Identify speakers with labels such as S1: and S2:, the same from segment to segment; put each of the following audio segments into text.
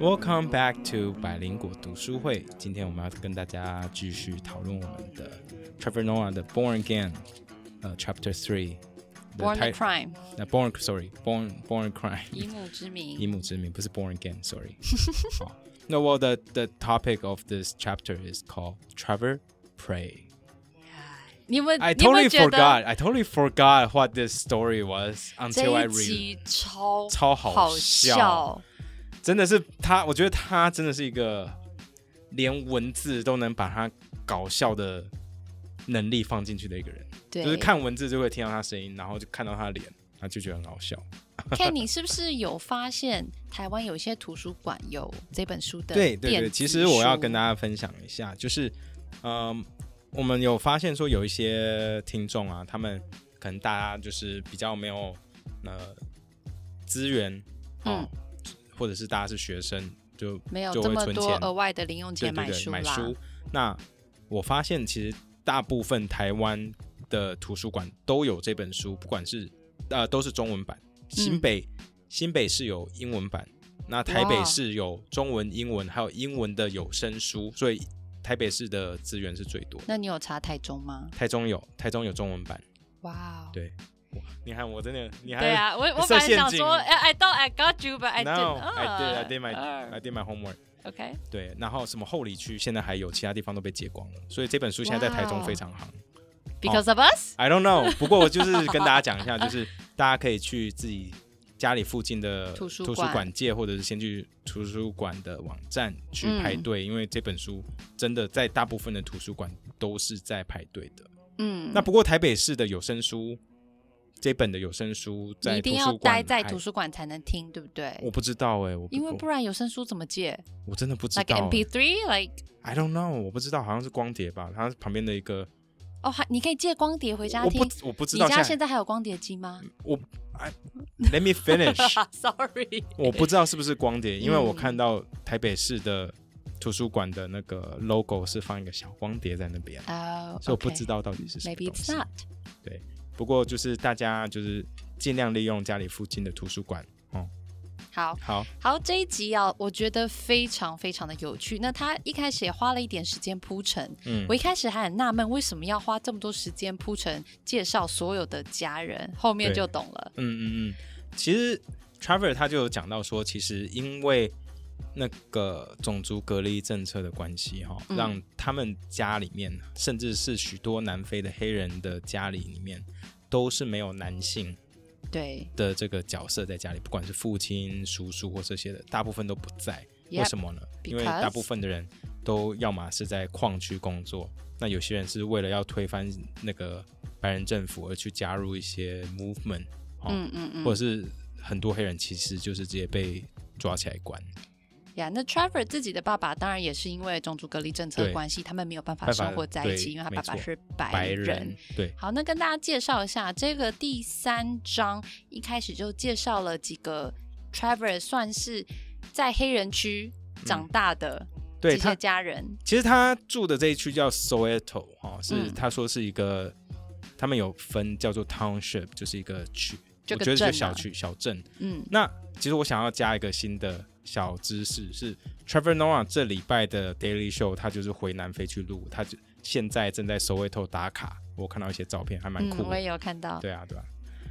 S1: Welcome back to 百灵果读书会。今天我们要跟大家继续讨论我们的 Trevor Noah 的《Born Again》呃 Chapter Three 的
S2: Born a
S1: 太
S2: Crime，
S1: 那 Born Sorry Born Born Crime
S2: 以母之名。
S1: 以母之名不是 Born Again Sorry 。好，那 well the the topic of this chapter is called Trevor Pray.
S2: 你们
S1: I
S2: 你们
S1: totally
S2: 觉得
S1: forgot. I totally forgot what this story was
S2: 这
S1: until I
S2: 一
S1: read.
S2: 集超
S1: 超好
S2: 好
S1: 笑真的是他，我觉得他真的是一个连文字都能把他搞笑的能力放进去的一个人，
S2: 对，
S1: 就是看文字就会听到他声音，然后就看到他的脸，他就觉得很好笑。
S2: 看你是不是有发现台湾有些图书馆有这本书的
S1: 对对
S2: 电
S1: 对，
S2: 子
S1: 其实我要跟大
S2: 书
S1: 家分享一下，就是嗯，我们有发现说有一些听众啊，他们可能大家就是比较没有呃资源，哦、或者是大家是学生，就
S2: 嗯没有
S1: 就
S2: 这
S1: 会
S2: 么
S1: 存
S2: 多
S1: 钱
S2: 额外的零用
S1: 对
S2: 钱
S1: 对对，
S2: 书
S1: 买
S2: 啦，
S1: 书。那我发现其实大部分台湾的图书馆都有这本书，不管是呃都是中文版。
S2: 嗯
S1: 新北、新北市有英文版，那台北
S2: 哇
S1: 市有中文、英文，还有英文的有声书，所以台北市的资源是最多的。
S2: 那你有查台中吗？
S1: 台中有，台中有中文版。
S2: 哇、哦！
S1: 对，哇你看我真的，你还
S2: 对啊，我我
S1: 设
S2: 本来
S1: 陷
S2: 想
S1: 阱
S2: 说，I 哎 I thought I got you, but I didn't.
S1: No, I did, I did my,
S2: Ah,
S1: I did my homework.
S2: OK，
S1: 对，然后什么后里区现在还有，其他地方都被借光了，所以这本书现在在台中非常行。
S2: because of us，
S1: I don't know，不过我就是跟大家讲一下，就是 大家可以去自己家里附近的
S2: 图书
S1: 图书
S2: 馆
S1: 馆借，或者是先去图书馆的网站去
S2: 嗯
S1: 排队，因为这本书真的在大部分的图书馆都是在排队的。
S2: 嗯，
S1: 那不过台北市的有声书这本的有声书
S2: 你
S1: 在
S2: 一定
S1: 图
S2: 要
S1: 书
S2: 待
S1: 馆哎
S2: 在
S1: 还
S2: 图书馆才能听，对不对？
S1: 我不知道哎、我
S2: 因为不
S1: 我
S2: 然有声书怎么借
S1: 我真的不知
S2: ？Like
S1: 道、欸、
S2: MP3，like
S1: ，I don't know，我不知道，好像是光碟吧，它旁边的一个，
S2: 哦，还你可以借光碟回家
S1: 我不
S2: 听。
S1: 我不知
S2: 你
S1: 道
S2: 家
S1: 现嗯
S2: 现在还有光碟机吗
S1: 我 I, Let me finish。
S2: ？Sorry，
S1: 我不知道是不是光碟，因为
S2: 嗯
S1: 我看到台北市的图书馆的那个 logo 是放一个小光碟在那边，
S2: 哦，
S1: 所以我不知。道到底是什么
S2: Maybe
S1: 东
S2: it's
S1: 西。
S2: not。
S1: 不过就是大家就是尽量利用家里附近的图书馆。哦，
S2: 好
S1: 好，
S2: 好，这一集啊，我觉得非常非常的有趣。那他一开始也花了一点时间铺陈，
S1: 嗯
S2: 我，一开始还很纳闷，为什么要花这么多时间铺陈介绍所有的家人，后面
S1: 对
S2: 就懂了。
S1: 嗯嗯嗯，其实 Trevor 他就有讲到说，其实因为那个种族隔离政策的关系，哈、
S2: 嗯
S1: 让他们家里面，甚至是许多南非的黑人的家里里面，都是没有男性
S2: 对
S1: 的这个角色在家里，不管是父亲、叔叔或这些的，大部分都不在。
S2: Yep.
S1: 为什么呢？因为
S2: Because-
S1: 大部分的人都要么是在矿区工作，那有些人是为了要推翻那个白人政府而去加入一些 movement，、哦、
S2: 嗯嗯嗯，
S1: 或者是很多黑人其实就是直接被抓起来关，
S2: 呀那 Trevor 自己的爸爸当然也是因为种族隔离政策的
S1: 对
S2: 关系，他们没有办法
S1: 办法
S2: 生活在一起，
S1: 对
S2: 因为他
S1: 没
S2: 爸爸
S1: 错
S2: 是
S1: 白
S2: 人。
S1: 对，
S2: 好，那跟大家介绍一下，这个第三章一开始就介绍了几个 Trevor 算是在黑人区长大的
S1: 嗯对
S2: 这
S1: 他
S2: 些家人，
S1: 其实他住的这一区叫 Soweto 哈、哦，是
S2: 嗯
S1: 他说是一个，他们有分叫做 township，就是一个区，
S2: 这
S1: 我
S2: 个
S1: 觉得
S2: 镇
S1: 是
S2: 啊
S1: 小区、小镇。
S2: 嗯，
S1: 那其实我想要加一个新的小知识，是 Trevor Noah 这礼拜的 Daily Show，他就是回南非去录，他就现在正在 Soweto 打卡，我看到一些照片，还蛮酷
S2: 嗯，
S1: 的。
S2: 我也有看到，
S1: 对啊，对啊。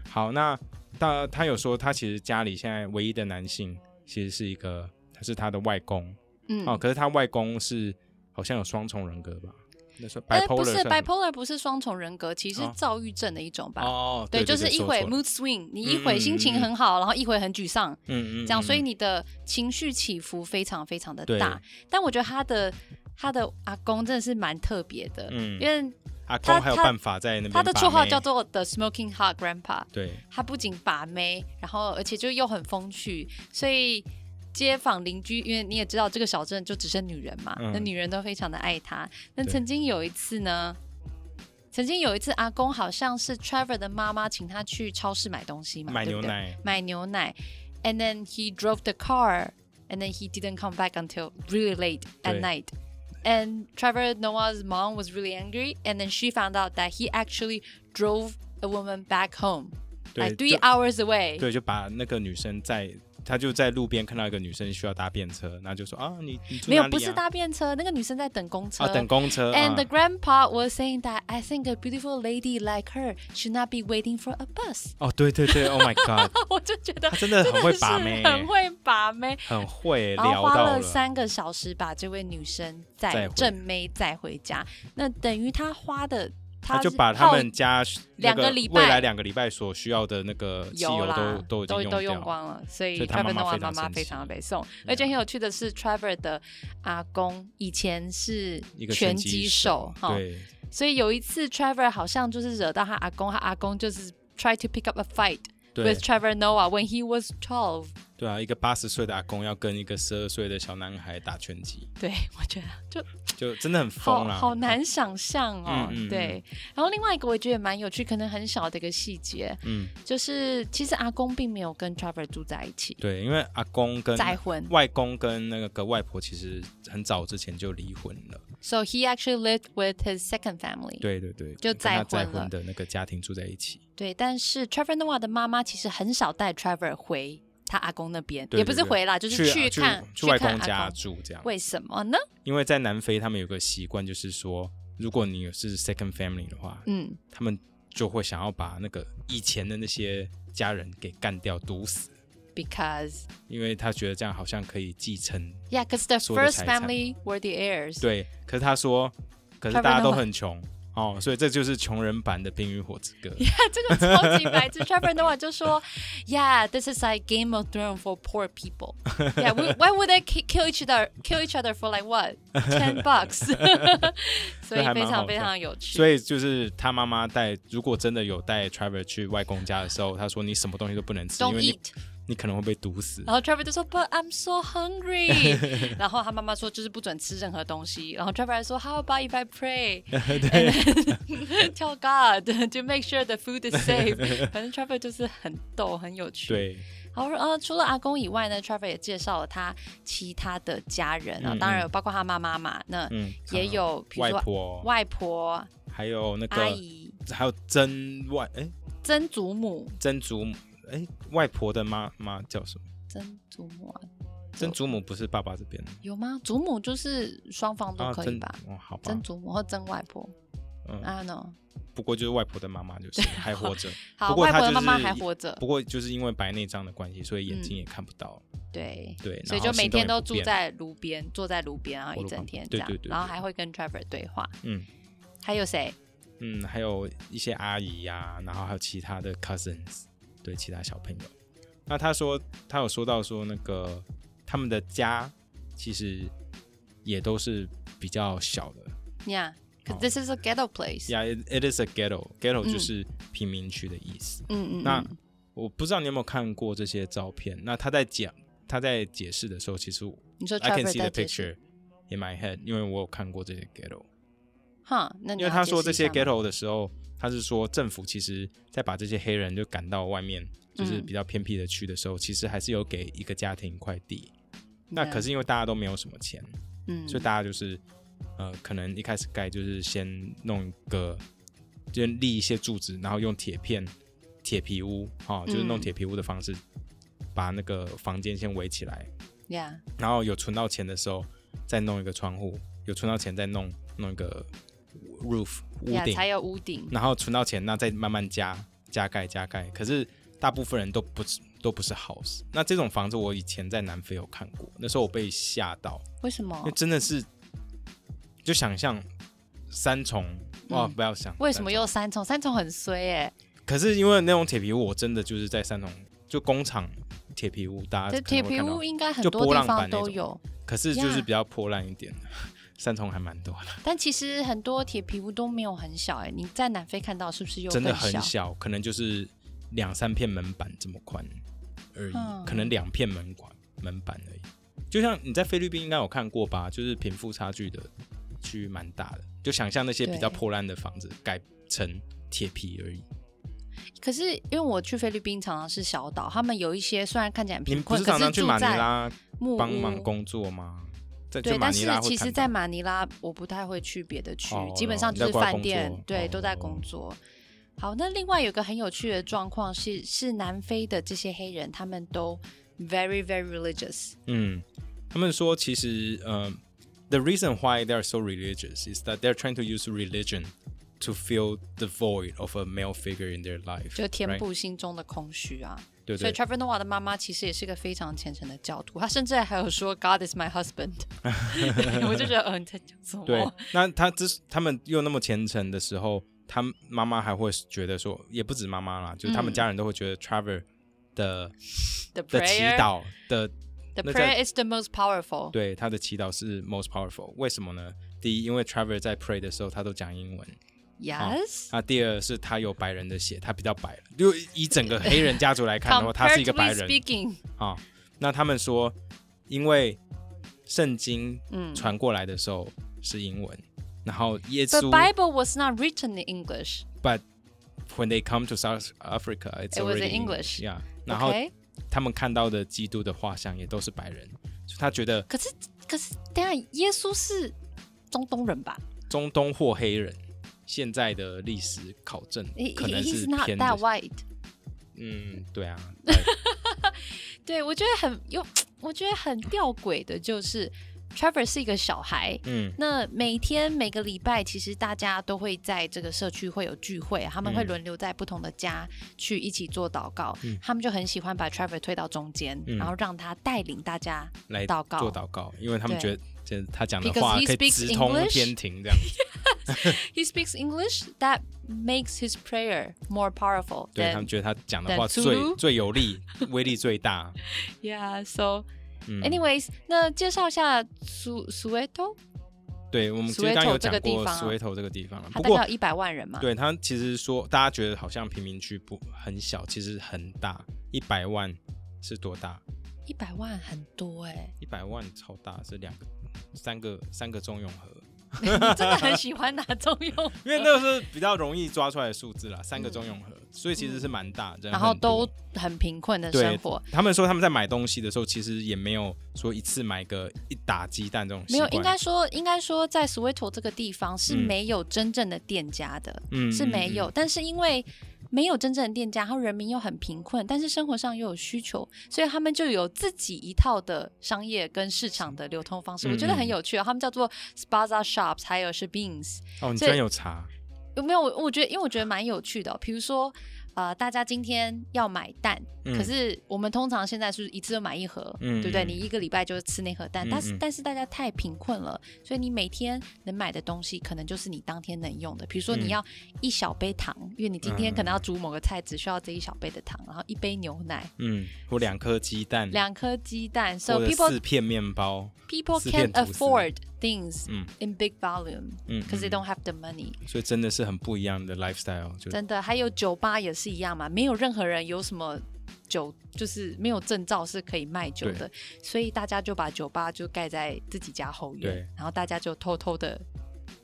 S1: 好，那他他有说，他其实家里现在唯一的男性其实是一个，他是他的外公。
S2: 嗯，
S1: 哦，可是他外公是好像有双重人格吧？那算
S2: 呃，
S1: bipolar
S2: 不是
S1: 算吗
S2: bipolar 不是双重人格，其实是
S1: 哦
S2: 躁郁症的一种吧。
S1: 哦，
S2: 对
S1: 对，
S2: 就是一
S1: 说
S2: 会
S1: 错了
S2: mood swing，你一
S1: 嗯
S2: 会
S1: 嗯
S2: 心情
S1: 嗯
S2: 很好，然后一会很沮丧，
S1: 嗯嗯，
S2: 这样，所以
S1: 嗯
S2: 你的情绪起伏非常非常的
S1: 对
S2: 大。但我觉得他的他的阿公真的是蛮特别的，
S1: 嗯
S2: 因为
S1: 阿公
S2: 他
S1: 还有
S2: 他
S1: 办法在那边
S2: 他的
S1: 把
S2: 绰号
S1: 妹
S2: 叫做 The Smoking Hot Grandpa，
S1: 对，
S2: 他不仅把妹，然后而且就又很风趣，所以。街坊邻居，因为你也知道这个小镇就只剩女人嘛，
S1: 嗯
S2: 那女人都非常的爱他。那
S1: 对
S2: 曾经有一次呢，曾经有一次阿公好像是 Trevor 的妈妈请他去超市买东西嘛，
S1: 买
S2: 对不
S1: 牛
S2: 对
S1: 奶，
S2: 买牛奶，and then he drove the car, and then he didn't come back until really late
S1: 对
S2: at night. And Trevor Noah's mom was really angry, and then she found out that he actually drove a woman back home,
S1: 对
S2: like three
S1: 就
S2: hours away.
S1: 对，就把那个女生载他就在路边看到一个女生需要搭便车，然后就说啊，你你住
S2: 没
S1: 哪里、啊、
S2: 有，不是搭便车，那个女生在等公车。
S1: 啊，等公车。
S2: And
S1: 啊
S2: the grandpa was saying that I think a beautiful lady like her should not be waiting for a bus。
S1: 哦，对对对，Oh my God，
S2: 我就觉得
S1: 他真的很会把
S2: 真的
S1: 妹
S2: 是很会把妹。
S1: 很会
S2: 然
S1: 聊
S2: 后花
S1: 到
S2: 了三个小时把这位女生
S1: 载
S2: 载
S1: 回
S2: 正妹载回家，那等于他花的，
S1: 他就
S2: 他
S1: 把他
S2: 耗
S1: 们家那
S2: 两个礼拜
S1: 未来两个礼拜所需要的那个汽
S2: 有
S1: 油
S2: 啦，
S1: 都
S2: 都
S1: 已经
S2: 都
S1: 掉
S2: 用光了，所以
S1: 所以他
S2: Trevor
S1: 妈妈
S2: Noah
S1: 非常
S2: 妈妈
S1: 生
S2: 非
S1: 气
S2: 常悲痛。而且很有趣的是，Trevor 的阿公以前是
S1: 一个
S2: 拳
S1: 击
S2: 击手哈，
S1: 对，
S2: 所以有一次 Trevor 好像就是惹到他阿公，他阿公就是 try to pick up a fight
S1: 对
S2: with Trevor Noah when he was twelve。
S1: 对啊，一个八十岁的阿公要跟一个十二岁的小男孩打拳击，
S2: 对，我觉得就
S1: 就真的很疯
S2: 好
S1: 啦。
S2: 好难想象
S1: 嗯
S2: 哦。
S1: 嗯嗯
S2: 对，然后另外一个我觉得也蛮有趣，可能很小的一个细节，
S1: 嗯，
S2: 就是其实阿公并没有跟 Trevor 住在一起，
S1: 对，因为阿公跟
S2: 再婚
S1: 外公跟那个外婆其实很早之前就离婚了。
S2: ，so he actually lived with his second family。
S1: 对对对，
S2: 就
S1: 跟他
S2: 再
S1: 再
S2: 婚了
S1: 婚的那个家庭住在一起。
S2: 对，但是 Trevor Noah 的妈妈其实很少带 Trevor 回他阿公那边，
S1: 对
S2: 也不是
S1: 对对
S2: 回啦，就是
S1: 去
S2: 看
S1: 去外
S2: 看
S1: 公
S2: 阿
S1: 家
S2: 公。
S1: 住这样。
S2: 为什么呢？
S1: 因为在南非他们有个习惯，就是说，如果你是 second family 的话，
S2: 嗯，
S1: 他们就会想要把那个以前的那些家人给干掉、毒死，
S2: because
S1: 因为他觉得这样好像可以继承。
S2: yeah, because the
S1: 所有的
S2: first
S1: 财产
S2: family were the heirs。
S1: 对，可是他说，可是
S2: Trevor
S1: 大家都
S2: Noah
S1: 很穷哦，所以这就是穷人版的《冰与火之歌》。
S2: 这个超级白痴 Trevor Noah 就说，Yeah, this is like Game of Thrones for poor people. Yeah, we, why would they ki- kill each other? Kill each other for like what? Ten bucks. 所
S1: 这
S2: 以
S1: 还蛮
S2: 非
S1: 好
S2: 常
S1: 笑
S2: 非常有趣。
S1: 所以就是他妈妈带，如果真的有带 Trevor 去外公家的时候，他说你什么东西都不能吃，因
S2: Don't
S1: 为你
S2: eat.
S1: 你可能会被毒死。
S2: 然后 Trevor 就说，But I'm so hungry 。然后他妈妈说，就是不准吃任何东西。然后 Trevor 还说，How about if I pray？对 ，Tell God to make sure the food is safe。反正 Trevor 就是很逗，很有趣。。
S1: 对，
S2: 好，呃，除了阿公以外呢，Trevor 也介绍了他其他的家人啊，
S1: 嗯
S2: 当然有包括他妈妈嘛，那
S1: 嗯，
S2: 也有比如
S1: 外
S2: 说
S1: 婆，
S2: 外婆、
S1: 还有那
S2: 阿
S1: 个，
S2: 姨、
S1: 还有曾外，哎，
S2: 曾祖母、
S1: 曾祖母，哎，外婆的妈妈叫什么？
S2: 曾祖母啊
S1: 曾祖母不是爸爸这边的
S2: 有吗？祖母就是双方都
S1: 啊？
S2: 可以
S1: 曾
S2: 吧？
S1: 哦，好吧
S2: 曾，祖母或曾外婆
S1: 嗯
S2: ，I don't know。
S1: 不过就是外婆的妈妈就是还活 着，
S2: 好，
S1: 不过
S2: 外
S1: 她
S2: 婆
S1: 就
S2: 的
S1: 是
S2: 妈妈还活着，
S1: 不过就是因为白内障的关系，所以眼
S2: 嗯
S1: 睛也看不到。
S2: 对
S1: 对
S2: 所
S1: 然
S2: 以
S1: 后
S2: 就每天
S1: 行动也
S2: 都
S1: 不
S2: 住
S1: 便
S2: 在炉边，坐在炉边，然后
S1: 我
S2: 一
S1: 路
S2: 整
S1: 旁
S2: 天这
S1: 对
S2: 样
S1: 对，对
S2: 然后
S1: 对
S2: 还会跟 Trevor 对话。
S1: 嗯
S2: 还有谁？
S1: 嗯，还有一些阿姨呀、然后还有其他的 cousins，对其他小朋友。那他说，他有说到说那个他们的家其实也都是比较小的，
S2: Yeah, because this is a ghetto place.
S1: Yeah, it, it is a ghetto. Ghetto
S2: 嗯
S1: 就是贫民区的意思。
S2: 嗯嗯，
S1: 那
S2: 嗯
S1: 我不知道你有没有看过这些照片。那他在讲他在解释的时候，其实我
S2: 你说
S1: I can
S2: Trevor
S1: see
S2: 在
S1: the
S2: 解释
S1: picture in my head，因为我有看过这些 ghetto。
S2: 哈，那你
S1: 因为
S2: 要
S1: 他
S2: 解
S1: 说
S2: 释
S1: 这
S2: 一
S1: 些
S2: 下吗
S1: ghetto 的时候，他是说政府其实在把这些黑人就赶到外面，就是
S2: 嗯
S1: 比较偏僻的区的时候，其实还是有给一个家庭一块地。那
S2: 对啊
S1: 可是因为大家都没有什么钱，
S2: 嗯
S1: 所以大家就是呃，可能一开始盖就是先弄一个，就立一些柱子，然后用铁片、铁皮屋，哈、就是弄
S2: 嗯
S1: 铁皮屋的方式，把那个房间先围起来，
S2: ，Yeah，
S1: 然后有存到钱的时候再弄一个窗户，有存到钱再弄弄一个 roof 屋
S2: yeah，
S1: 顶，
S2: 才有屋顶，
S1: 然后存到钱，那再慢慢加加盖加盖。可是大部分人都不是都不是 house，那这种房子我以前在南非有看过，那时候我被吓到。
S2: 为什么
S1: 因为？真的是，就想象三重哇，不要想
S2: 为什么
S1: 三重？
S2: 又三重？三重很衰哎，
S1: 可是因为那种铁皮屋，我真的就是在三重就工厂铁皮屋，大家
S2: 这
S1: 啊可能
S2: 铁
S1: 会
S2: 皮
S1: 看
S2: 屋
S1: 到，
S2: 应该很
S1: 就
S2: 多
S1: 波
S2: 地
S1: 浪
S2: 方
S1: 板那
S2: 都
S1: 种
S2: 有，
S1: 可是就是
S2: 呀
S1: 比较破烂一点，三重还蛮多的，
S2: 但其实很多铁皮屋都没有很小哎，你在南非看到是不是又
S1: 真的
S2: 更
S1: 很
S2: 小？
S1: 小，可能就是两三片门板这么宽而已，
S2: 嗯
S1: 可能两片门管门板而已。就像你在菲律宾应该有看过吧，就是贫富差距的区域蛮大的，就想象那些比较
S2: 对
S1: 破烂的房子改成铁皮而已。
S2: 可是因为我去菲律宾常常是小岛，他们有一些虽然看起来很
S1: 你
S2: 贫
S1: 们不
S2: 困，
S1: 是
S2: 可
S1: 常
S2: 是
S1: 常去
S2: 住
S1: 马尼
S2: 在
S1: 拉
S2: 木
S1: 帮忙
S2: 屋。
S1: 工作吗？在去
S2: 对，
S1: 马
S2: 但
S1: 尼
S2: 是
S1: 拉会
S2: 其
S1: 看
S2: 实，
S1: 到
S2: 在马尼拉我不太会去别的区，
S1: 哦
S2: 基本上
S1: 你
S2: 就
S1: 在
S2: 是
S1: 过来
S2: 饭
S1: 工
S2: 店，
S1: 作
S2: 对，
S1: 哦
S2: 都在工作。好，那另外有个很有趣的状况是，是南非的这些黑人，他们都 very very religious.
S1: 嗯，他们说其实，嗯、t h e reason why they are so religious is that they're trying to use religion to fill the void of a male figure in their life，
S2: 就填
S1: right？
S2: 补心中的空虚啊。
S1: 对
S2: 所以
S1: 对
S2: Trevor Noah 的妈妈其实也是个非常虔诚的教徒，她甚至还有说 God is my husband，对我就觉得嗯、呃、你在讲什么？
S1: 对。那他之他们又那么虔诚的时候，他们妈妈还会觉得说，也不止妈妈啦，就是
S2: 嗯
S1: 他们家人都会觉得 Trevor 的、
S2: The
S1: 的祈
S2: prayer,
S1: 祷的
S2: the
S1: 那
S2: prayer is the most powerful.
S1: 对哦他的祈祷是 most powerful。为什么呢？第一，因为 Trevor 在 pray 的时候他都讲英文。
S2: Yes,
S1: 那第二是他有白人的血，他比较白。就以整个黑人家族来看的话，他是一个白
S2: comparatively
S1: 人
S2: speaking，
S1: 啊、那他们说，因为圣经
S2: 嗯
S1: 传过来的时候是英文，然后耶
S2: the
S1: 稣
S2: Bible was not written in English.
S1: ，but when they come to South Africa，it's
S2: It was in
S1: already
S2: English
S1: Yeah，然后
S2: OK，
S1: 他们看到的基督的画像也都是白人，所以他觉得
S2: 可是可是等一下耶稣是中东人吧
S1: 中东或黑人。现在的历史考证
S2: He-
S1: 可能
S2: he-
S1: 是
S2: ？He's not
S1: 偏
S2: that
S1: 的，
S2: white.
S1: 嗯，对 啊，
S2: 对，我觉得很又，我觉得很吊诡的就是 Trevor 是一个小孩。
S1: 嗯，
S2: 那每天每个礼拜，其实大家都会在这个社区会有聚会，他们会
S1: 嗯
S2: 轮流在不同的家去一起做祷告。他们就很喜欢把 Trevor 推到中间，
S1: 嗯
S2: 然后让他带领大家
S1: 来
S2: 祷告
S1: 做祷告，因为他们觉
S2: 对
S1: 得这他讲的
S2: Because
S1: 话
S2: he
S1: 可以
S2: speaks
S1: 直通
S2: English
S1: 天庭这样子。
S2: He speaks English, that makes his prayer more powerful.
S1: 对他们
S2: Than,
S1: 觉得他讲的话
S2: then Zulu
S1: 最最有力，威力最大。
S2: yeah, so
S1: 嗯
S2: anyways，、那介绍一下苏苏维托，
S1: 嗯对我们其实刚刚有讲
S2: Soweto 这个地
S1: 过
S2: 方啊
S1: 苏维头这个地方了，
S2: 他
S1: 不
S2: 大概
S1: 过
S2: 有一百万人嘛。
S1: 对他其实说大家觉得好像贫民区不很小，其实很大，一百万是多大？
S2: 一百万很多哎、
S1: 一百万超大，是两个、三个、三个中永和，
S2: 你 真的很喜欢拿中用，
S1: 因为 那个是比较容易抓出来的数字啦，三个中永和，所以其实是蛮大，人
S2: 嗯然后
S1: 很多
S2: 都很贫困的
S1: 对
S2: 生活，
S1: 他们说他们在买东西的时候，其实也没有说一次买个一打鸡蛋这种习
S2: 没有
S1: 惯，，
S2: 应该说应该说在 Soweto 这个地方是
S1: 嗯
S2: 没有真正的店家的，
S1: 嗯
S2: 是
S1: 嗯
S2: 没。
S1: 嗯
S2: 有，但是因为。没有真正的店家，然后人民又很贫困，但是生活上又有需求，所以他们就有自己一套的商业跟市场的流通方式，我觉得
S1: 嗯
S2: 很有趣、哦。他们叫做 Spaza Shops，还有是 Beans，
S1: 哦，你居
S2: 所以
S1: 然有查？
S2: 有没有？我我觉得，因为我觉得蛮有趣的哦、比如说，呃，大家今天要买蛋，
S1: 嗯
S2: 可是我们通常现在是一次就买一盒，
S1: 嗯
S2: 对不对？
S1: 嗯
S2: 你一个礼拜就吃那盒蛋，
S1: 嗯
S2: 但是
S1: 嗯
S2: 但是大家太贫困了，所以你每天能买的东西可能就是你当天能用的。比如说
S1: 嗯
S2: 你要一小杯糖，因为你今天可能要煮某个菜，只需要这一小杯的糖，然后一杯牛奶，
S1: 嗯，我两颗鸡蛋，
S2: 两颗鸡蛋。So
S1: 或者
S2: people
S1: 四片面包，
S2: people
S1: 四
S2: can
S1: 片吐司
S2: afford things
S1: 嗯
S2: in big volume
S1: 嗯
S2: because they don't have the money.
S1: 所以真的是很不一样的 lifestyle。就
S2: 真的，还有酒吧也是一样嘛，没有任何人有什么酒，就是没有证照是可以卖酒的，所以大家就把酒吧就盖在自己家后
S1: 对
S2: 院，然后大家就偷偷的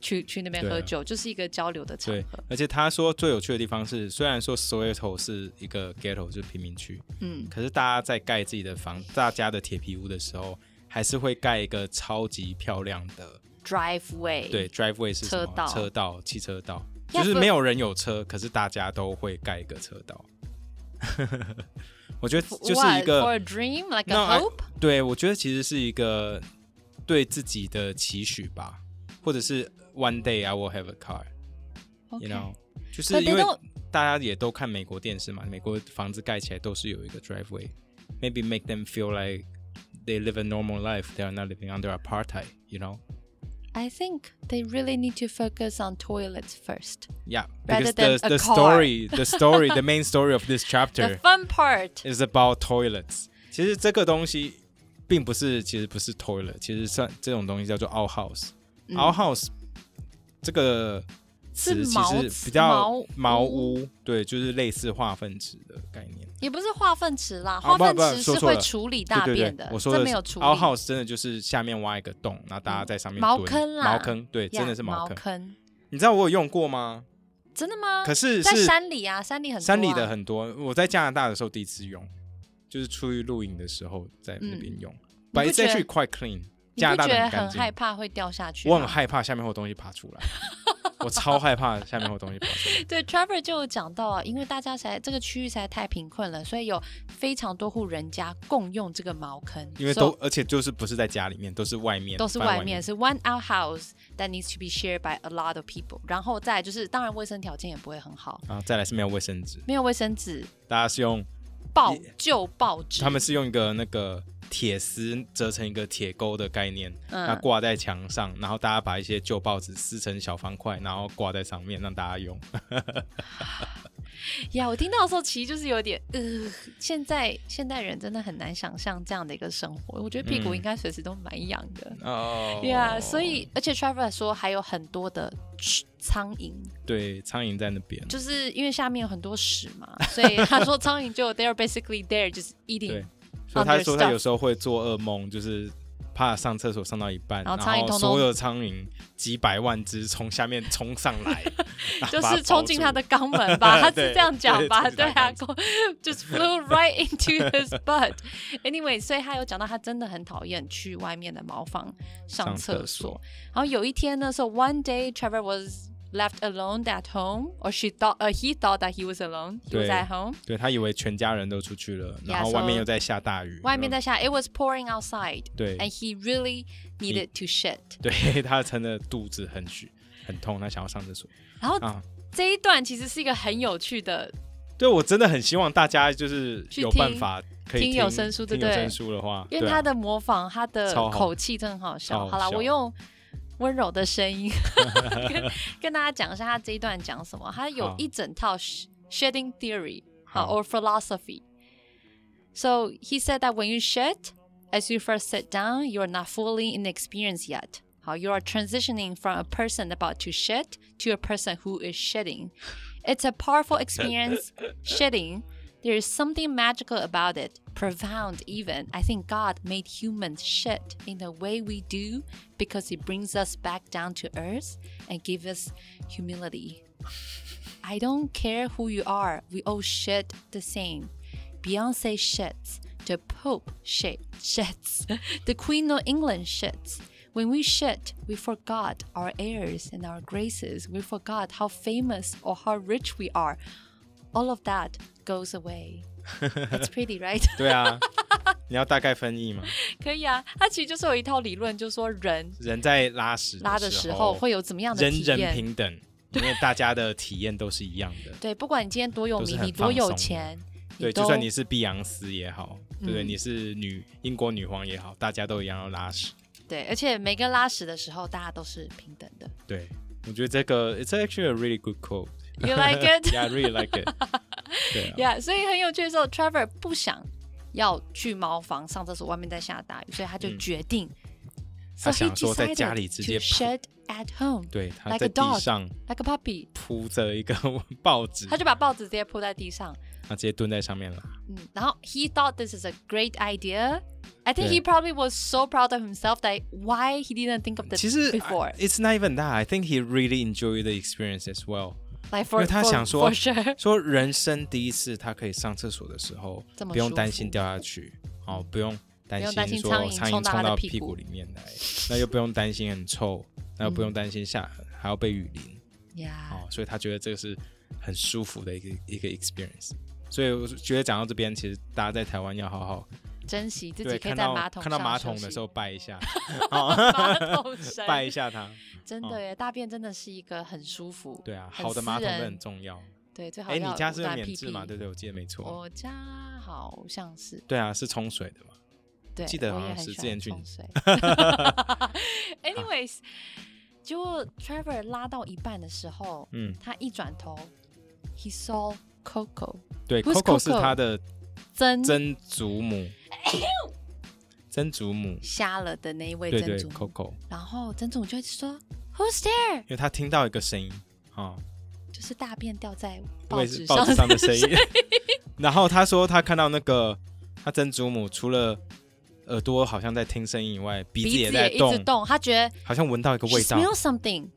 S2: 去去那边
S1: 对啊
S2: 喝酒，就是一个交流的场
S1: 对
S2: 合。，
S1: 而且他说最有趣的地方是，虽然说 Soweto 是一个 ghetto 就是贫民区，
S2: 嗯，
S1: 可是大家在盖自己的房、大家的铁皮屋的时候，还是会盖一个超级漂亮的
S2: Driveway，
S1: 对，driveway 是什么
S2: 车道
S1: 车道、汽车道，
S2: 要
S1: 就是
S2: 不
S1: 没有人有车，可是大家都会盖一个车道。 我觉得就是一
S2: What, for
S1: 个
S2: a dream like a
S1: No, I-
S2: hope，
S1: 对，我觉得其实是一个对自己的期许吧，或者是 one day I will have a car，you
S2: OK
S1: know，就
S2: But
S1: 是
S2: they
S1: 因为
S2: don't-
S1: 大家也都看美国电视嘛，美国房子盖起来都是有一个 driveway，maybe make them feel like they live a normal life，they are not living under apartheid，you know，yeah。
S2: I think they really need to focus on toilets first.
S1: because
S2: Rather
S1: the
S2: than
S1: the
S2: a car.
S1: story the story the main story of this
S2: The
S1: chapter
S2: fun part.
S1: is about toilets。其实这个东西并不是，其实不是 toilet，其实算这种东西叫做 out house。out house 这个词
S2: 是
S1: 其
S2: 茅
S1: 实
S2: 子
S1: 比较
S2: 茅
S1: 茅
S2: 屋
S1: 屋，对，就是类似化粪池的概念。
S2: 也不是化粪池啦，
S1: 啊
S2: 化
S1: 不
S2: 粪
S1: 不
S2: 池
S1: 说
S2: 是
S1: 错
S2: 会
S1: 了
S2: 处理大
S1: 对对
S2: 便
S1: 对
S2: 的，，
S1: 我说
S2: 这
S1: 的
S2: 没有
S1: 是
S2: 处理。嗯
S1: out house 真的就是下面挖一个洞，然后大家在上面
S2: 茅
S1: 蹲
S2: 坑啦
S1: 茅坑，对，真的是
S2: 茅
S1: 茅坑。你知道我有用过吗？
S2: 真的吗？
S1: 可是
S2: 在
S1: 是
S2: 山里啊，山里很多啊
S1: 山里的很多，我在加拿大的时候第一次用，就是出去露营的时候在那边用。But
S2: 嗯
S1: it's
S2: 你不觉得
S1: actually quite clean，
S2: 你
S1: 加拿
S2: 不
S1: 大
S2: 觉
S1: 的
S2: 得
S1: 干
S2: 很
S1: 净。
S2: 害怕会掉下去吗？
S1: 我很害怕下面会有东西爬出来，我超害怕下面会有东西跑出来。
S2: 对，Trevor 就有讲到啊，因为大家才这个区域实在太贫困了，所以有非常多户人家共用这个茅坑，
S1: 因为
S2: So-
S1: 都而且就是不是在家里面，都是外面，
S2: 都是
S1: 放在
S2: 外面，是 one out house that needs to be shared by a lot of people。然后再来就是，当然卫生条件也不会很好，
S1: 然后再来是没有卫生纸，
S2: 没有卫生纸，
S1: 大家是用
S2: 报旧报纸，
S1: 他们是用一个那个铁丝折成一个铁钩的概念，
S2: 嗯
S1: 那挂在墙上，然后大家把一些旧报纸撕成小方块，然后挂在上面让大家用。
S2: 呀我听到的时候其实就是有点，呃，现在现代人真的很难想象这样的一个生活。我觉得屁股
S1: 嗯
S2: 应该随时都蛮痒的。
S1: 哦
S2: Yeah，所啊以而且 Trevor 说还有很多的苍蝇，
S1: 对苍蝇在那边，
S2: 就是因为下面有很多屎 嘛，所以他说苍蝇就 they're basically there just
S1: 对
S2: eating。，
S1: 所以他
S2: their
S1: 说他
S2: stuff
S1: 有时候会做噩梦，就是。怕上厕所上到一半，然
S2: 然后苍蝇通通
S1: 所有的苍蝇几百万只从下面冲上 来，然后
S2: 就
S1: 把它
S2: 是冲进
S1: 包住
S2: 他的肛门吧，他是
S1: 对
S2: 这样讲
S1: 对
S2: 吧？
S1: 冲进
S2: 对
S1: 他
S2: 啊
S1: 的
S2: ，just flew right into his butt。Anyway，所以他有讲到他真的很讨厌去外面的茅房上
S1: 上
S2: 厕所。
S1: 厕所
S2: 然后有一天呢，so one day Trevor was left alone at home, or she thought, or he thought that he was alone. He was
S1: 对
S2: at home.
S1: 对他以为全家人都出去了，然后
S2: so-
S1: 外面又在下大雨，
S2: 外面
S1: 然
S2: 在下，it was pouring outside,
S1: 后嗯对
S2: and he really needed to shit.
S1: 对，他真的肚子很虚很痛，他想要上厕所
S2: 然后
S1: 啊。
S2: 这一段其实是一个很有趣的
S1: 对我真的很希望大家就是
S2: 去
S1: 有
S2: 听
S1: 办法可以
S2: 听有声书对
S1: 听
S2: 不
S1: 有
S2: 对
S1: 声书的话，
S2: 因为
S1: 对啊
S2: 他的模仿，他的
S1: 超好
S2: 口气真的很好笑。
S1: 超好
S2: 好啦，
S1: 笑
S2: 我用温柔的声音跟 跟大家讲一下他这一段讲什么。他有
S1: 好
S2: 一整套 sh- shedding theory 好
S1: 好
S2: or philosophy. So he said that when you shed, as you first sit down, you are not fully inexperienced yet. 好，you are transitioning from a person about to shed to a person who is shedding. It's a powerful experience, shedding. There is something magical about it, profound even. I think God made humans shed in the way we do because it brings us back down to earth and gives us humility. I don't care who you are, we all shed the same. Beyonce sheds, the Pope shed, sheds, the Queen of England sheds. When we shed, we forgot our airs and our graces. We forgot how famous or how rich we are. All of that goes away. That's pretty, right?
S1: 对啊，你要大概分译嘛，
S2: 可以啊，它其实就是有一套理论，就是说人
S1: 人在拉屎
S2: 拉的时
S1: 时
S2: 候会有怎么样的
S1: 人
S2: 体
S1: 人
S2: 验？。
S1: 平等，因为大家的体验都是一样的
S2: 对，不管你今天多有
S1: 都是
S2: 名，
S1: 很
S2: 你多
S1: 放
S2: 有
S1: 松的
S2: 钱，
S1: 对，
S2: 都嗯
S1: 就算你是碧昂斯也好，对不对？你是女英国女皇也好，大家都一样要拉屎。
S2: 对，而且每个拉屎的时候，大家都是平等 的。
S1: 对，我觉得这个 it's actually a really good quote。
S2: You like it?
S1: Yeah, I really like it. 对啊，
S2: yeah，所以很有趣的时候，Trevor 不想要去茅房上厕所，外面在下大雨，所以他就决定。
S1: 嗯他
S2: So he
S1: 想说在家里
S2: decided
S1: 直接
S2: to
S1: 铺
S2: shed at home
S1: 对，他
S2: Like a
S1: 在地
S2: dog
S1: 上嗯
S2: like a puppy，
S1: 铺着一个 报纸，
S2: 他就把报纸直接铺在地上。
S1: 他直接蹲在上面了。
S2: 嗯，然后 he thought this is a great idea. I think
S1: 对
S2: he probably was so proud of himself that why he didn't think of this
S1: 其实呃
S2: before.
S1: I- it's not even that. I think he really enjoyed the experience as well. 因
S2: Like for
S1: 为他
S2: for-
S1: 想说哦
S2: for sure.
S1: 说人生第一次他可以上厕所的时候
S2: 这，么
S1: 不用
S2: 舒
S1: 担
S2: 服
S1: 心掉下去，哦，不用担
S2: 不用担心
S1: 说
S2: 苍蝇
S1: 苍
S2: 冲
S1: 蝇
S2: 到他
S1: 冲
S2: 的
S1: 到
S2: 屁
S1: 屁
S2: 股嗯
S1: 股里面来，那又不用担心很臭，那又不用担心下还要被雨淋，
S2: Yeah.
S1: 哦，所以他觉得这个是很舒服的一个一个 experience。所以我觉得讲到这边，其实大家在台湾要好好
S2: 珍惜自己
S1: 对
S2: 可以
S1: 看
S2: 在
S1: 到
S2: 马桶
S1: 看到
S2: 上
S1: 马
S2: 休
S1: 桶的
S2: 息
S1: 时候拜一下，
S2: 马桶神，
S1: 拜一下它。
S2: 真的耶，大便真的是一个很舒服，
S1: 对啊，
S2: 很
S1: 好的马桶
S2: 私人
S1: 都很重要。
S2: 对，最好
S1: 哎，
S2: 要
S1: 你
S2: 有
S1: 家是
S2: 大
S1: 免
S2: 屁
S1: 治嘛？
S2: 屁
S1: 对不对，我记得没错。
S2: 我家好像是，
S1: 对啊，是冲水的嘛。
S2: 对，
S1: 记得
S2: 我
S1: 好
S2: 也
S1: 像
S2: 很
S1: 是
S2: 喜
S1: 之前
S2: 欢
S1: 去
S2: 冲
S1: 你
S2: 水。Anyways，结果 Trevor 拉到一半的时候，
S1: 嗯，
S2: 他一转头，he saw Coco
S1: 对
S2: Who's
S1: ，Coco 是
S2: Coco？
S1: 他的
S2: 真
S1: 曾祖 母，曾祖母，
S2: 瞎了的那一位
S1: 对
S2: 珍
S1: 对
S2: 珠，
S1: ，Coco，
S2: 然后珍珠就一直说 Who's there？
S1: 因为他听到一个声音啊，
S2: 就是大便掉在
S1: 对，
S2: 纸
S1: 是报纸上的声
S2: 声
S1: 音。然后他说他看到那个他曾祖母除了耳朵好像在听声音以外， 鼻子
S2: 鼻
S1: 也
S2: 子
S1: 在
S2: 也一直
S1: 动，
S2: 动，他觉得
S1: 好像闻到一个
S2: she
S1: 味道。
S2: smells something。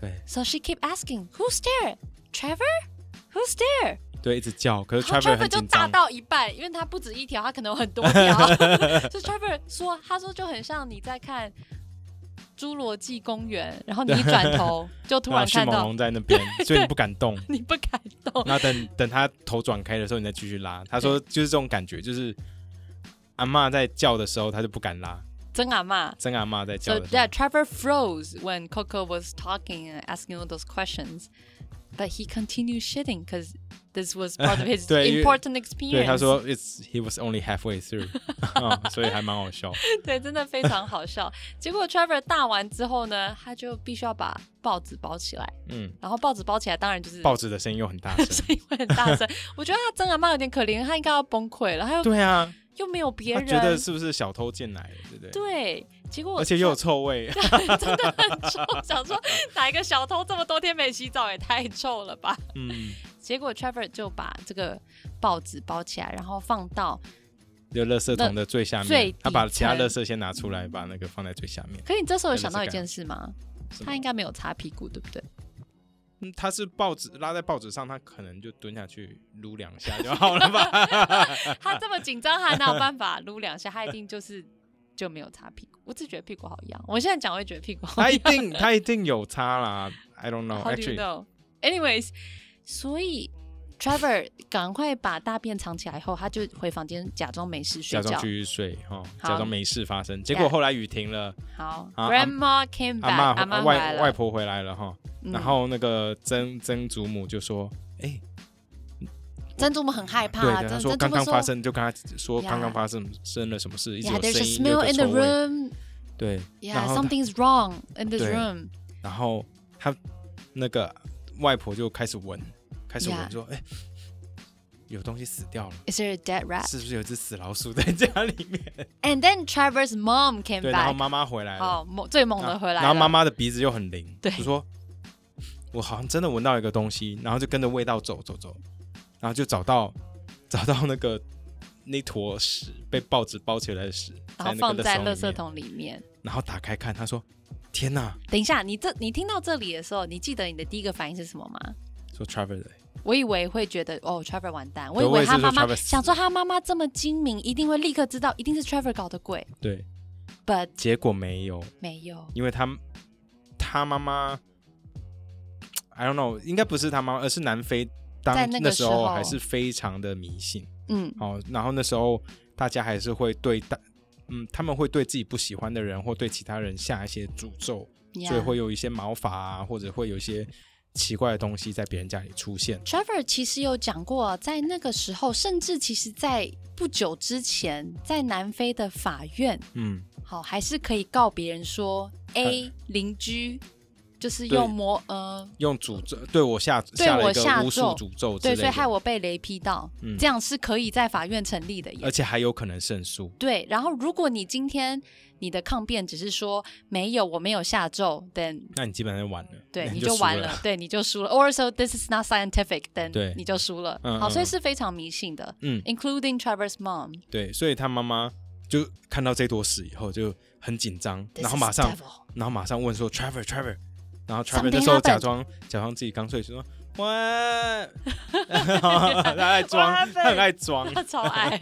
S1: 对
S2: So she kept asking, "Who's there? Trevor? Who's there?"
S1: 对，一直叫，可是
S2: 然后
S1: Trevor
S2: Trevor
S1: 很
S2: 就
S1: 紧
S2: 大
S1: 张。
S2: 到一半，因为他不止一 条，他可能有很多条。所以 Trevor 说，他说就很像你在看。侏罗纪公园，然后你一转头就突然
S1: 那迅
S2: 看
S1: 猛
S2: 到，
S1: 龙在那边，所以你不敢 动。
S2: 你不敢动。
S1: 那等等他头转开的时候，你再继续拉。他说就是这种感觉，就是阿嬷在叫的时候，他就不敢拉。
S2: 真阿妈。
S1: 真阿嬷在
S2: So
S1: 叫的时候
S2: yeah, Trevor froze when Coco was talking and asking all those questions, but he continued shitting because this was part of his
S1: 对，因为-
S2: important
S1: 对
S2: experience.
S1: 他说，It's he was only halfway through，嗯所以还蛮好笑。
S2: 对，真的非常好笑。结果 Trevor 大完之后呢，他就必须要把报纸包起来，
S1: 嗯，
S2: 然后报纸包起来，当然就是
S1: 报纸的声音又很大声。
S2: 声音会很大声。我觉得他真阿妈有点可怜，他应该要崩溃了，他又
S1: 对啊，
S2: 又没有别
S1: 他
S2: 人，
S1: 觉得是不是小偷进来了，对不对？
S2: 对，结果
S1: 而且又有臭 味。
S2: 真的很臭，想说哪一个小偷这么多天没洗澡也太臭了吧？
S1: 嗯，
S2: 结果 Trevor 就把这个报纸包起来，然后放到
S1: 就垃圾桶的最下
S2: 最
S1: 面
S2: 底，
S1: 他把其他
S2: 层
S1: 垃圾先拿出来，把那个放在最下面。
S2: 可是你这时候有想到一
S1: 真
S2: 件事吗？
S1: 什么
S2: 他应该没有擦屁股，对不对？
S1: 嗯，他是报纸拉在报纸上，他可能就蹲下去撸两下就好了吧？
S2: 他这么紧张，他哪有办法撸两下？他一定就是就没有擦屁股。我只觉得屁股好痒，我现在讲我也觉得屁股 好
S1: 他一
S2: 痒。
S1: 定他一定有差啦，I don't know
S2: How do you
S1: 哎 actually。
S2: know? Anyways，所以 Trevor 赶快把大便藏起来后，他就回房间假装没事睡
S1: 假
S2: 觉
S1: 装。继续睡哦，
S2: 好
S1: 假装没事发生。结果后来雨停了，
S2: 好
S1: 啊
S2: ，Grandma came
S1: 阿
S2: back，
S1: 妈
S2: 阿妈回来
S1: 外外
S2: 了。
S1: 婆回来了哈，
S2: 嗯
S1: 然后那个曾曾祖母就说：“哎，
S2: 珍珠们很害怕，
S1: 对，他
S2: 珍珍珠
S1: 说
S2: 们
S1: 刚刚
S2: 说
S1: 发生，就跟他说
S2: 呀
S1: 刚刚发生生了什么事，一直
S2: Yeah,
S1: 有
S2: there's
S1: 声
S2: a
S1: 音，又
S2: smell
S1: 有
S2: in the
S1: 臭味。
S2: room.
S1: 对，然
S2: Yeah,
S1: 后他
S2: something's wrong in this
S1: 对
S2: room.
S1: 然后他那个外婆就开始闻，开始闻
S2: Yeah.
S1: 说：“哎，有东西死掉了。”
S2: Is there a dead rat?
S1: 是不是有一只死老鼠在家里面？
S2: And then Trevor's mom came
S1: 对，然后
S2: back.
S1: 妈妈回来了，
S2: 哦，猛最猛的回来
S1: 啊然后
S2: 了
S1: 妈妈的鼻子又很灵，
S2: 对
S1: 就说我好像真的闻到一个东西，然后就跟着味道走走走，然后就找到 找到那个那坨屎被报纸包起来的屎，
S2: 然后放在
S1: 在那个
S2: 垃
S1: 桶
S2: 圾
S1: 里面，
S2: 桶里面。
S1: 然后打开看，他说天哪，
S2: 等一下，你这你听到这里的时候，你记得你的第一个反应是什么吗？
S1: 说 Trevor 的，
S2: 我以为会觉得哦，Trevor 完蛋，我以
S1: 对我
S2: 为
S1: 也是
S2: 他妈
S1: 说
S2: 妈
S1: Trevor 死
S2: 想说他妈妈这么精明，一定会立刻知道一定是 Trevor 搞的鬼
S1: 对，
S2: ，but
S1: 结果没有，
S2: 没有。
S1: 因为他他妈妈，I don't know，应该不是他妈妈，而是南非当
S2: 在那个
S1: 时
S2: 时候
S1: 还是非常的迷信。
S2: 嗯，
S1: 哦，然后那时候大家还是会对大，嗯，他们会对自己不喜欢的人或对其他人下一些诅咒，所以
S2: yeah
S1: 会有一些毛发啊，或者会有一些奇怪的东西在别人家里出现。
S2: Trevor 其实有讲过啊，在那个时候，甚至其实在不久之前，在南非的法院，
S1: 嗯，
S2: 好还是可以告别人说 A 邻居就是
S1: 对
S2: 用魔呃
S1: 用诅咒对我下
S2: 对
S1: 下了
S2: 我
S1: 一个
S2: 下
S1: 巫术
S2: 咒
S1: 诅咒之
S2: 对，
S1: 类的，
S2: 所以害我被雷劈到，
S1: 嗯呃
S2: 这样是可以在法院成立的耶
S1: 而。且还有可能胜诉。
S2: 对，然后如果你今天你的抗辩只是说没有，我没有下咒，then
S1: 那你基本上完了，
S2: 对
S1: 你
S2: 你
S1: 就
S2: 就
S1: 输
S2: 完
S1: 了。
S2: 了，对你就输了。Or so this is not scientific，then
S1: 对
S2: 你就输了。
S1: 嗯
S2: 好，
S1: 嗯
S2: 所以
S1: 嗯
S2: 是非常迷信的
S1: 嗯，
S2: ，including Trevor's mom。
S1: 对，所以他妈妈就看到这坨屎以后就很紧张，然后马上
S2: This is devil
S1: 然后马上问说 Trevor Trevor，然后 Trevor
S2: Something
S1: 那时候假装假装自己刚睡醒说喂， 他爱装，
S2: happened？
S1: 他很爱装。
S2: 他超爱。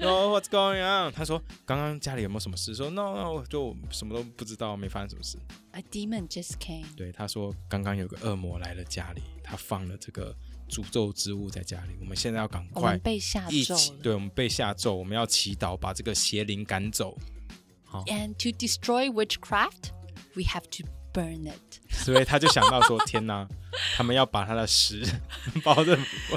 S1: No, what's going on？他说刚刚家里有没有什么事？说 No No，就什么都不知道，没发生什么事。
S2: A demon just came。
S1: 对，他说刚刚有个恶魔来了家里，他放了这个诅咒之物在家里，我们现在要赶
S2: 我
S1: 快
S2: 们被吓
S1: 一
S2: 咒
S1: 起，
S2: 了。
S1: 对我们被下咒，我们要祈祷把这个邪灵赶走。
S2: And to destroy witchcraft, we have to burn it。
S1: 所以他就想到说：“ 天哪，他们要把他的屎 包着，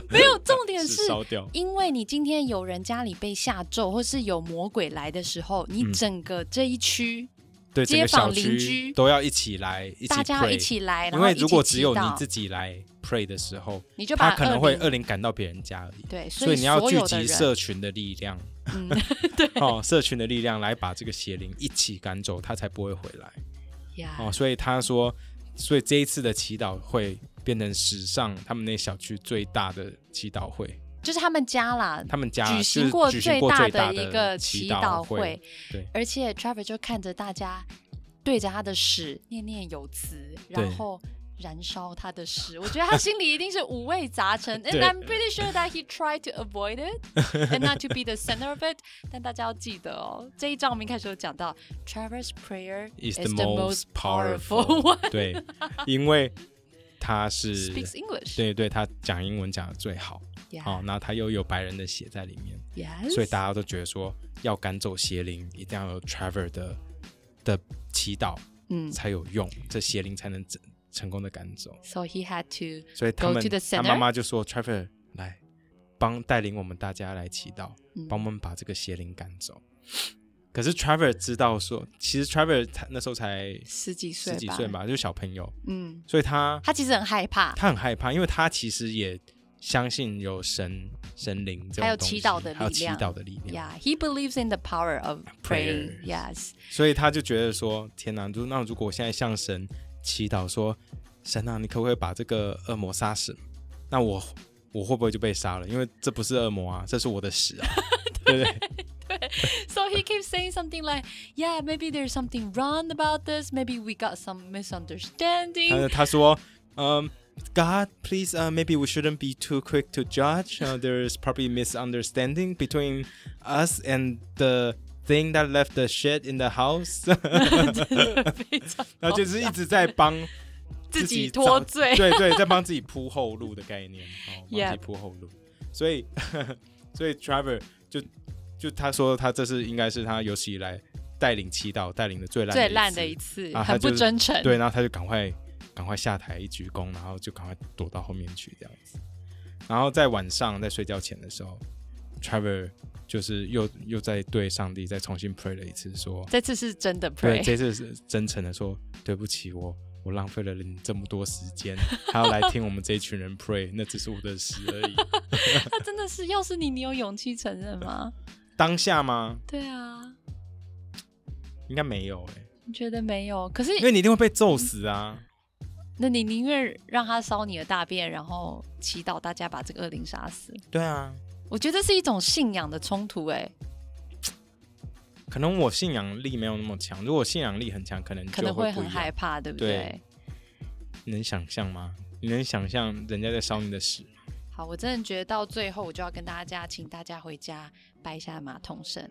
S2: 没有，重点
S1: 屎
S2: 是。
S1: 烧掉。
S2: 因为你今天有人家里被下咒，或是有魔鬼来的时候，你
S1: 嗯
S2: 整个这一区、”
S1: 对，整
S2: 街
S1: 个
S2: 坊
S1: 小
S2: 邻居
S1: 区都要一起来，一起
S2: 大家要
S1: pray
S2: 一起来，
S1: 因
S2: 然后
S1: 为
S2: 一起
S1: 如果只有
S2: 祈
S1: 你
S2: 祷
S1: 自己来 pray 的时候，
S2: 你就把
S1: 他可能会
S2: 恶灵
S1: 恶灵赶到别人家而已。
S2: 对，
S1: 所
S2: 以
S1: 你要
S2: 所
S1: 聚
S2: 有的
S1: 集
S2: 人
S1: 社群的力量，
S2: 嗯
S1: 哦，社群的力量来把这个邪灵一起赶走，他才不会回来。
S2: 呀
S1: 哦，所以他说，所以这一次的祈祷会变成史上他们那小区最大的祈祷会。
S2: 就是他们家啦，
S1: 他们家
S2: 举
S1: 就
S2: 行
S1: 是
S2: 过
S1: 举
S2: 最
S1: 行过
S2: 大
S1: 最
S2: 的
S1: 大
S2: 一个
S1: 祈
S2: 祷
S1: 会，
S2: 会
S1: 对
S2: 而且 Trevor 就看着大家对着他的屎念念有词，然
S1: 对
S2: 后燃烧他的屎。我觉得他心里一定是五味杂陈。And
S1: 对
S2: I'm pretty sure that he tried to avoid it and not to be the center of it。但 大家要记得哦，这一章我们一开始有讲到，Trevor's prayer
S1: is
S2: the
S1: the most
S2: powerful
S1: powerful
S2: one。
S1: 对，因为他是
S2: Speaks English。
S1: 对对，他讲英文讲的最好，
S2: Yeah
S1: 好、那他又有白人的血在里面，
S2: Yes。
S1: um, 所以大家都觉得说要赶走邪灵，一定要有 Trevor 的的祈祷，
S2: 嗯
S1: 才有用，这邪灵才能成成功的赶走。
S2: So he had to
S1: 所以他
S2: go
S1: 们
S2: to the
S1: 他妈
S2: center。
S1: 妈就说：“Trevor，来帮带领我们大家来祈祷，
S2: 嗯
S1: 帮我们把这个邪灵赶走。”可是 Trevor 知道说，其实 Trevor 他那时候才
S2: 十几岁
S1: 十
S2: 吧，
S1: 几岁嘛，就是小朋友，
S2: 嗯，
S1: 所以他
S2: 他其实很害怕，
S1: 他很害怕，因为他其实也相信有神神灵这种
S2: 还有
S1: 东西
S2: 祈祷的
S1: 还有
S2: 力
S1: 祈
S2: 量
S1: 祷的力量，
S2: Yeah, he believes in the power of praying.
S1: Prayers.
S2: Yes.
S1: 所以他就觉得说：“天哪！如那如果我现在向神祈祷说，神啊，你可不可以把这个恶魔杀死？那我我会不会就被杀了？因为这不是恶魔啊，这是我的屎啊，对不对？
S2: So he keeps saying something like, "Yeah, maybe there's something wrong about this. Maybe we got some
S1: 他
S2: misunderstanding."
S1: 他说，嗯、g o d um, please, uh, maybe we shouldn't be too quick to judge. Uh, there is probably misunderstanding between us and the thing that left the shit in the house.”
S2: 非常
S1: 然后就是一直在 帮
S2: 自己
S1: 己
S2: 脱
S1: 找
S2: 罪
S1: 对对，在帮自己铺后路的概念，哦，帮
S2: Yeah
S1: 自己铺后路。所以， 所以 Trevor 就就他说他这是应该是他有史以来带领祈祷带领的最烂
S2: 最烂的
S1: 的一
S2: 一
S1: 次，
S2: 次，
S1: 啊他
S2: 很不
S1: 就是
S2: 真诚。
S1: 对，然后他就赶快赶快下台一鞠躬，然后就赶快躲到后面去这样子。然后在晚上在睡觉前的时候，Trevor 就是又又在对上帝再重新 pray 了一次，说
S2: 这次是真的
S1: 对，
S2: pray。
S1: 这次是真诚的说，对不起我，我浪费了你这么多时间，还要来听我们这一群人 pray，那只是我的事而已。
S2: 那真的是，要是你，你有勇气承认吗？
S1: 当下吗？
S2: 对啊，
S1: 应该没有哎、
S2: 你觉得没有？可是
S1: 因为你一定会被揍死啊！
S2: 嗯那你宁愿让他烧你的大便，然后祈祷大家把这个恶灵杀死？
S1: 对啊，
S2: 我觉得这是一种信仰的冲突、欸，
S1: 可能我信仰力没有那么强，如果信仰力很强，可能
S2: 可
S1: 就
S2: 能
S1: 会不
S2: 很
S1: 一
S2: 害
S1: 样。
S2: 怕，对不
S1: 对能想象吗？你能想象人家在烧你的屎？
S2: 好，我真的觉得到最后，我就要跟大家请大家回家掰一下马桶声。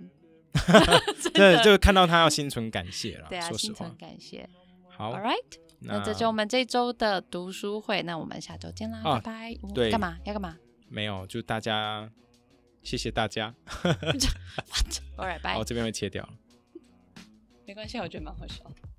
S2: 真
S1: 对，
S2: 的
S1: 就看到他要心存感谢了
S2: 对。啊，
S1: 说实
S2: 心存
S1: 话，
S2: 感谢。
S1: 好
S2: All，right，那这就我们这周的读书会，那我们下周见啦，
S1: 啊
S2: 拜拜。嗯
S1: 对
S2: 干嘛要干嘛
S1: 没有，就大家谢谢大家。
S2: ？All right，拜
S1: 好，。这边会切掉。
S2: 没关系，我觉得蛮好笑的。